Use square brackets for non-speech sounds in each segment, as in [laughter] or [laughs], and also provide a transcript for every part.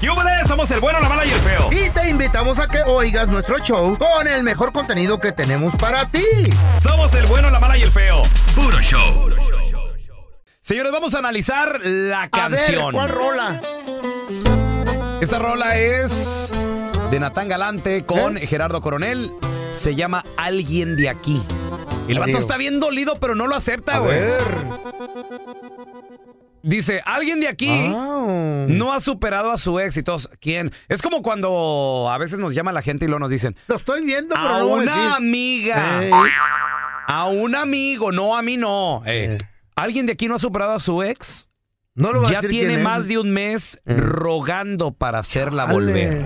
¡Yúbales! Somos el bueno, la mala y el feo. Y te invitamos a que oigas nuestro show con el mejor contenido que tenemos para ti. Somos el bueno, la mala y el feo. Puro show. Señores, vamos a analizar la A ver, canción. ¿cuál rola? Esta rola es de Natán Galante con Gerardo Coronel. Se llama Alguien de aquí. El vato Amigo. está bien dolido, pero no lo acepta, A güey. ver. Dice, alguien de aquí Ah. no ha superado a su éxito. ¿Quién? Es como cuando a veces nos llama la gente y luego nos dicen, Lo estoy viendo, pero a no voy a una decir. Eh. amiga, a un amigo, no a mí no. Eh, Eh. ¿Alguien de aquí no ha superado a su ex? No lo voy a Ya decir tiene quién es. Eh. más de un mes rogando para hacerla Dale. volver.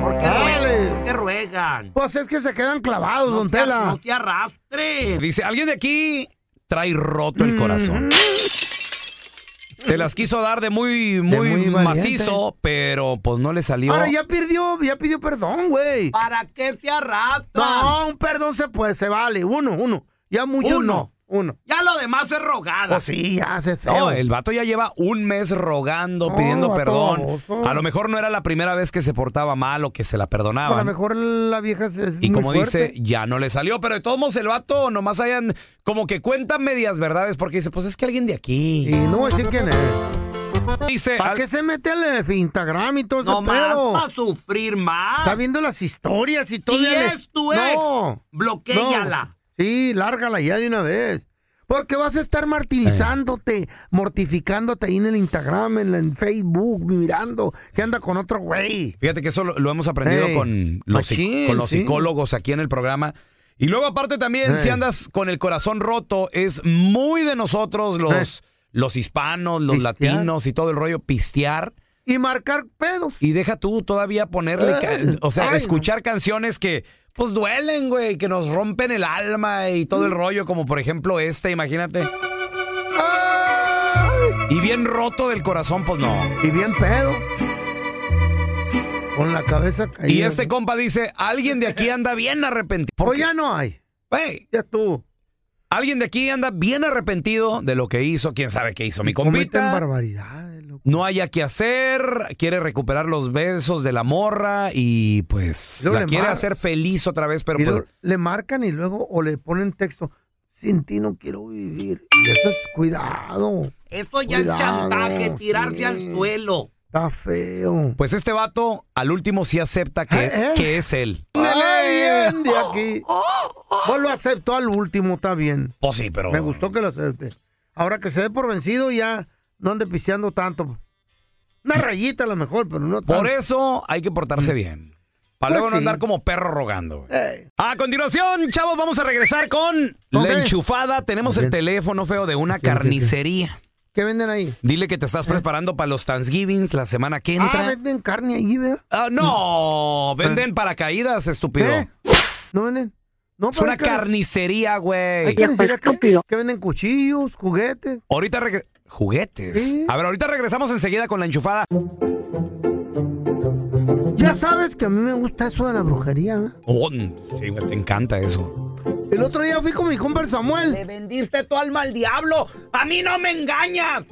¿Por qué, Dale. ruegan? ¿Por qué ruegan? Pues es que se quedan clavados, don te, Tela. no te arrastres. Dice, alguien de aquí trae roto el Mm. corazón. Se las quiso dar de muy, muy, muy valiente. macizo, pero pues no le salió. Ahora ya pidió, ya pidió perdón, güey. ¿Para qué te arrastran? No, un perdón se puede, se vale. Uno, uno. Ya muchos Uno. no. Uno. Ya lo demás es rogada. Pues sí, ya se feo. Pues No, el vato ya lleva un mes rogando, No, pidiendo vato perdón. baboso. A lo mejor no era la primera vez que se portaba mal o que se la A lo perdonaban. mejor la vieja es es Y muy como fuerte. dice, ya no le salió, pero de todos modos el vato nomás hayan como que cuentan medias verdades porque dice, pues es que alguien de Y aquí. no voy a decir quién es. Dice, ¿Para al- qué se mete al Instagram y todo ese No más pedo? para sufrir Está más. viendo las historias y todo. Si ya le- es tu ex, no, bloquéala. no. Sí, lárgala ya de una vez. Porque vas a estar martirizándote, Eh. mortificándote ahí en el Instagram, en, la- en Facebook, mirando que anda con otro güey. Fíjate que eso lo, lo hemos aprendido Ey, con los, psi- machín, con los sí. psicólogos aquí en el programa. Y luego aparte también, Ey. si andas con el corazón roto, es muy de nosotros los, los hispanos, los Pistear. latinos y todo el rollo, pistear. Y marcar pedos. Y deja tú todavía ponerle, ca- Ey, o sea, ay, escuchar canciones que pues duelen, güey, que nos rompen el alma y todo el rollo, como por ejemplo esta, imagínate. ¡Ay! Y bien roto del corazón, pues no. Y bien pedo. Con la cabeza caída. Y este compa dice, alguien de aquí anda bien arrepentido. Pues ya no hay. Güey, Ya tú. alguien de aquí anda bien arrepentido de lo que hizo, quién sabe qué hizo mi Cometen compita. barbaridades, loco. No haya que hacer, quiere recuperar los besos de la morra y pues Luego la le quiere mar- hacer feliz otra vez, pero Y pues, luego le marcan y luego o le ponen texto. Sin ti no quiero vivir. Y eso es cuidado. Eso ya Cuidado, es chantaje, tirarse sí. al suelo. Está feo. pues este vato al último sí acepta que, Eh, eh. que es él. Ándale, bien de aquí. Oh, Pues lo aceptó al último, está bien. Pues sí, pero Me gustó que lo acepte. Ahora que se dé por vencido, ya no ande pisteando tanto. Una rayita a lo mejor, pero no tanto. por eso hay que portarse bien. Pues Para luego no sí. andar como perro rogando. güey. Ey. A continuación, chavos, vamos a regresar con Ok. la enchufada. Tenemos el Ok. teléfono feo de una ok, ok. carnicería. ¿Qué venden ahí? Dile que te estás preparando para los Thanksgivings la semana que Ah, entra. venden carne ahí, ¿verdad? Ah, no, venden paracaídas, estúpido. ¿Eh? ¿No venden? No, Es pero una hay que- carnicería, hay güey. carnicería que, que venden cuchillos, juguetes. Ahorita regre- juguetes. Sí. A ver, ahorita regresamos enseguida con la enchufada. Ya sabes que a mí me gusta eso de la brujería. ¿eh? Oh, sí, güey, te encanta eso. El otro día fui con mi compa el Le Samuel. vendiste tu alma al diablo. A mí no me engañas.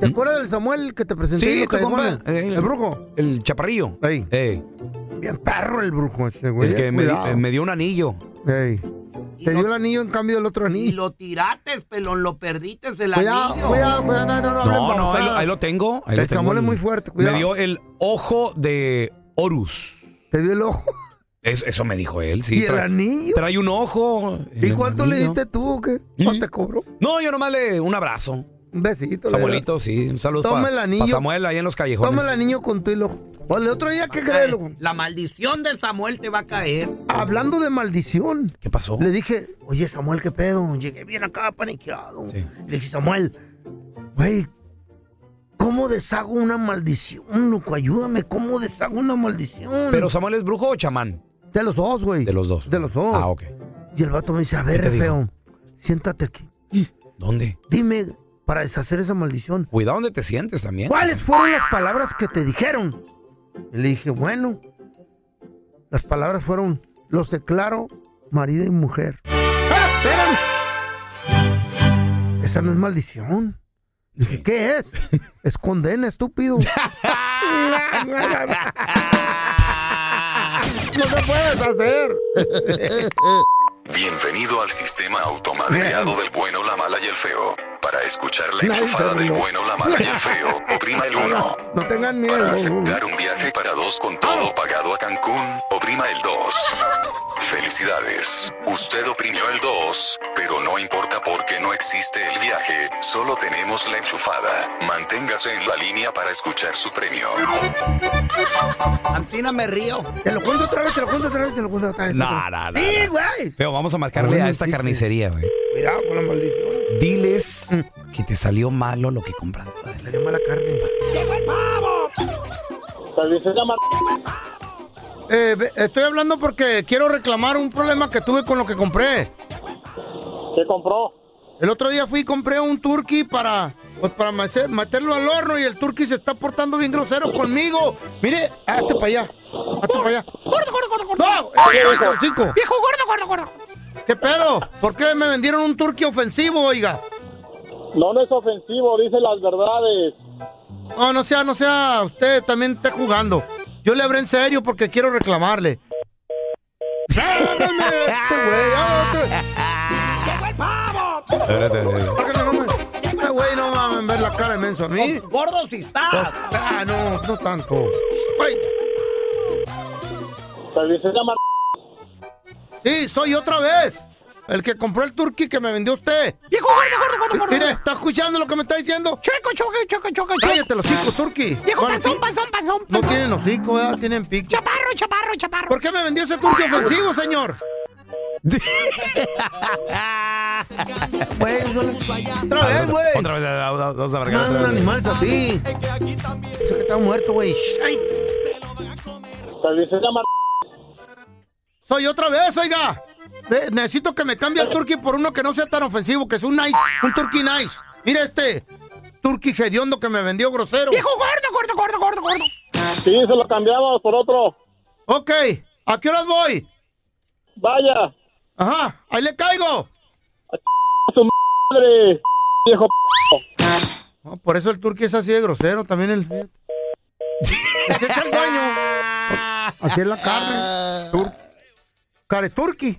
¿Te acuerdas del Samuel que te presenté? en Sí, los tu compa, callejones? eh, el brujo. El chaparrillo. Ey. Ey, Bien perro el brujo ese, güey. el que me, di- Cuidado. eh, me dio un anillo. Ey. Te dio el anillo en cambio del otro Y anillo. lo tiraste, pelón, lo perdiste el Cuidado, anillo. cuidado, cuidado, no, no, no, hablen No, no, ahí, lo- babosadas. ahí lo tengo. ahí El lo tengo. Samuel es muy fuerte, cuidado. Me dio el ojo de Horus. Te dio el ojo Es- eso me dijo él, sí. y el tra- anillo. trae un ojo. ¿Y el cuánto le anillo. diste tú o qué? ¿Cuánto Mm. te cobró? No, yo nomás le un abrazo. Un besito. le Samuelito, sí. Un saludo Toma pa- el anillo. pa Samuel ahí en los das. callejones. Toma el anillo con tu hilo. O el otro día, ¿qué crees? loco? La maldición de Samuel te va a caer. Hablando de maldición, ¿Qué pasó? le dije, oye, Samuel, ¿qué pedo? Llegué bien acá paniqueado. Sí. Le dije, Samuel, güey, ¿cómo deshago una maldición, loco? Ayúdame, ¿cómo deshago una maldición? ¿Pero Samuel es brujo o chamán? de los dos, güey. De los dos. De los dos. Ah, ok. Y el vato me dice, a ver, te dijo? feo, siéntate aquí. ¿Dónde? Dime, para deshacer esa maldición, Cuidado donde te sientes también. ¿cuáles fueron las palabras que te dijeron? Y le dije, bueno, las palabras fueron, los declaro marido y mujer. ¡Ah, espérame! Esa no es maldición. Dije, ¿qué [laughs] es? Es condena, estúpido. no se puede deshacer. Bienvenido al sistema automadreado del bueno, la mala y el feo. Para escuchar la Nadie se enchufada del rió. bueno, la mala y [laughs] el feo, oprima el 1. No tengan Para miedo. aceptar un viaje para dos con todo pagado a Cancún, oprima el 2. Felicidades, usted oprimió el 2, pero no importa porque no existe el viaje, solo tenemos la enchufada. Manténgase en la línea para escuchar su premio. Antina me río. Te lo cuento otra vez, te lo cuento otra vez, te lo cuento otra vez. No, no, no, Sí, no. güey. Pero vamos a marcarle Ahora a esta sí que- carnicería, güey. Cuidado con la maldición. Diles que te salió malo lo que compraste. Le dio mala carne. Eh, ve- estoy hablando porque quiero reclamar un problema que tuve con lo que compré. ¿Qué compró? El otro día fui y compré un turkey para, pues, para macer- meterlo al horno y el turkey se está portando bien grosero conmigo. Mire, hazte para allá. Hazte para allá. ¡Gordo, gordo, gordo, gordo! ¡No! eh, ese hocico. Viejo gordo, gordo, gordo. ¿Qué pedo? ¿Por qué me vendieron un turkey ofensivo, oiga? No, no es ofensivo, dice las verdades. No, no sea, no sea, usted también está jugando. Yo le habré en serio porque quiero reclamarle. ¡Sáquenme [laughs] este güey! ¡Ah, este- sáquenme, no mames! Este güey no va a ver la cara de menso a mí. Gordo si estás. Ah, no, no tanto. Ay, También se llama... sí, soy otra vez. El que compró el turkey que me vendió usted. Viejo gordo, gordo, gordo, gordo. Mire, ¿está escuchando lo que me está diciendo? Chueco, choque, choque, choque, choque. Cállate los hijos, turkey. Viejo Bueno, panzón, sí, panzón, panzón, No panzón. tienen los hijos, tienen pico. Chaparro, chaparro, chaparro. ¿Por qué me vendió ese turkey ofensivo, señor? Güey, güey. Otra vez, ah, güey. Otra vez, vamos a marcar Mandan otra vez. animales así. Eso Este que está muerto, güey. Shh, ay. También se llama... Soy otra vez, oiga. Ne- necesito que me cambie el turkey por uno que no sea tan ofensivo, que es un nice, un turkey nice. Mira este turkey hediondo que me vendió grosero. Viejo gordo, gordo, gordo, gordo, gordo. Sí, se lo cambiamos por otro. Ok, ¿a qué horas voy? Vaya, Ajá, ahí le caigo. madre. Viejo... No, por eso el turkey es así de grosero, también el... [laughs] Ese es el dueño. Así es la carne. Tur- Care turkey.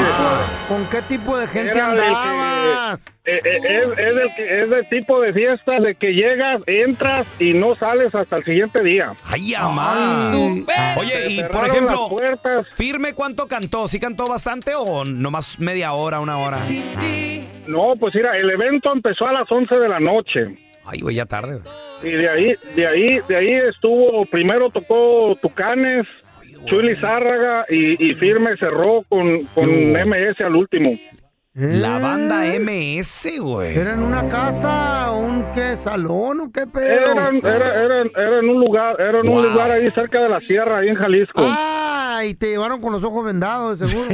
¿Con qué tipo de gente Era del que- andabas? eh, eh, es, es del que- es del tipo de fiesta de que llegas, entras y no sales hasta el siguiente día. ¡Ay, amá! Oye, y Te por cerraron ejemplo, las puertas. ¿firme cuánto cantó? ¿Sí cantó bastante o nomás media hora, una hora? No, pues mira, el evento empezó a las 11 de la noche. Ay, güey, ya tarde. Y de ahí, de ahí, de ahí estuvo, primero tocó Tucanes, Chuy Lizárraga y, y Firme cerró con, con MS al último. La banda MS, güey. ¿Era en una casa o un qué, salón o qué pedo? Era, era- era- era en un lugar, era en un lugar ahí cerca de la sierra, ahí en Jalisco. Ah, y te llevaron con los ojos vendados, de [laughs] seguro.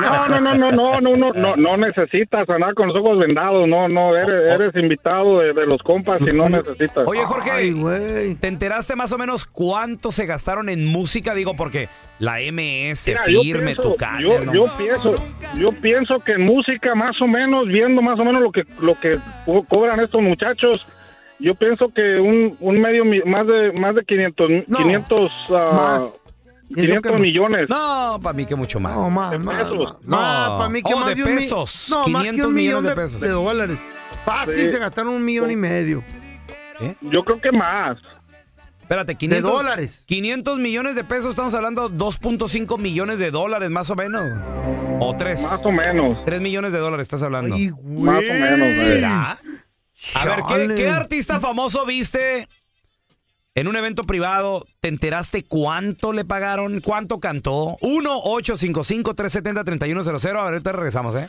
No, no, no, no, no, no, no, no, no necesitas andar con los ojos vendados, no, no, eres, eres invitado de, de los compas y no necesitas. Oye, Jorge, ¿te enteraste más o menos cuánto se gastaron en música? Digo, porque la MS, Mira, yo firme, pienso- tu yo, yo pienso, yo pienso que en música más o menos, viendo más o menos lo que lo que co- cobran estos muchachos, yo pienso que un, un medio mi- más de más de 500 No. 500 ah, Más. 500 millones. No, para mí que mucho más. No, más, De más, pesos. más. Más, No. para mí que Oh, más de un mi- pesos. No, más que 500 un millón millones de de pesos. De dólares. Fácil, Sí. se gastaron un millón y medio. Yo creo que más. Espérate, 500 dólares. 500 millones de pesos, estamos hablando 2.5 millones de dólares más o menos. O 3. Más o menos. 3 millones de dólares estás hablando. Ah. Más o menos, eh. güey. ¿Será? A ver, ¿qué, Chale. qué artista famoso viste en un evento privado? ¿Te enteraste cuánto le pagaron? ¿Cuánto cantó? 1-855-370-3100. A ver, ahorita regresamos, ¿eh?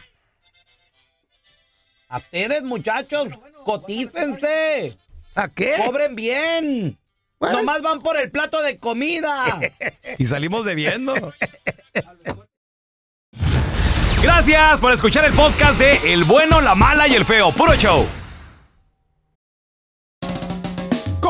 A ustedes, muchachos, cotístense. ¿A qué? Cobren bien. Nomás van por el plato de comida. [laughs] Y salimos debiendo. Gracias por escuchar el podcast de El Bueno, la Mala y el Feo. Puro show.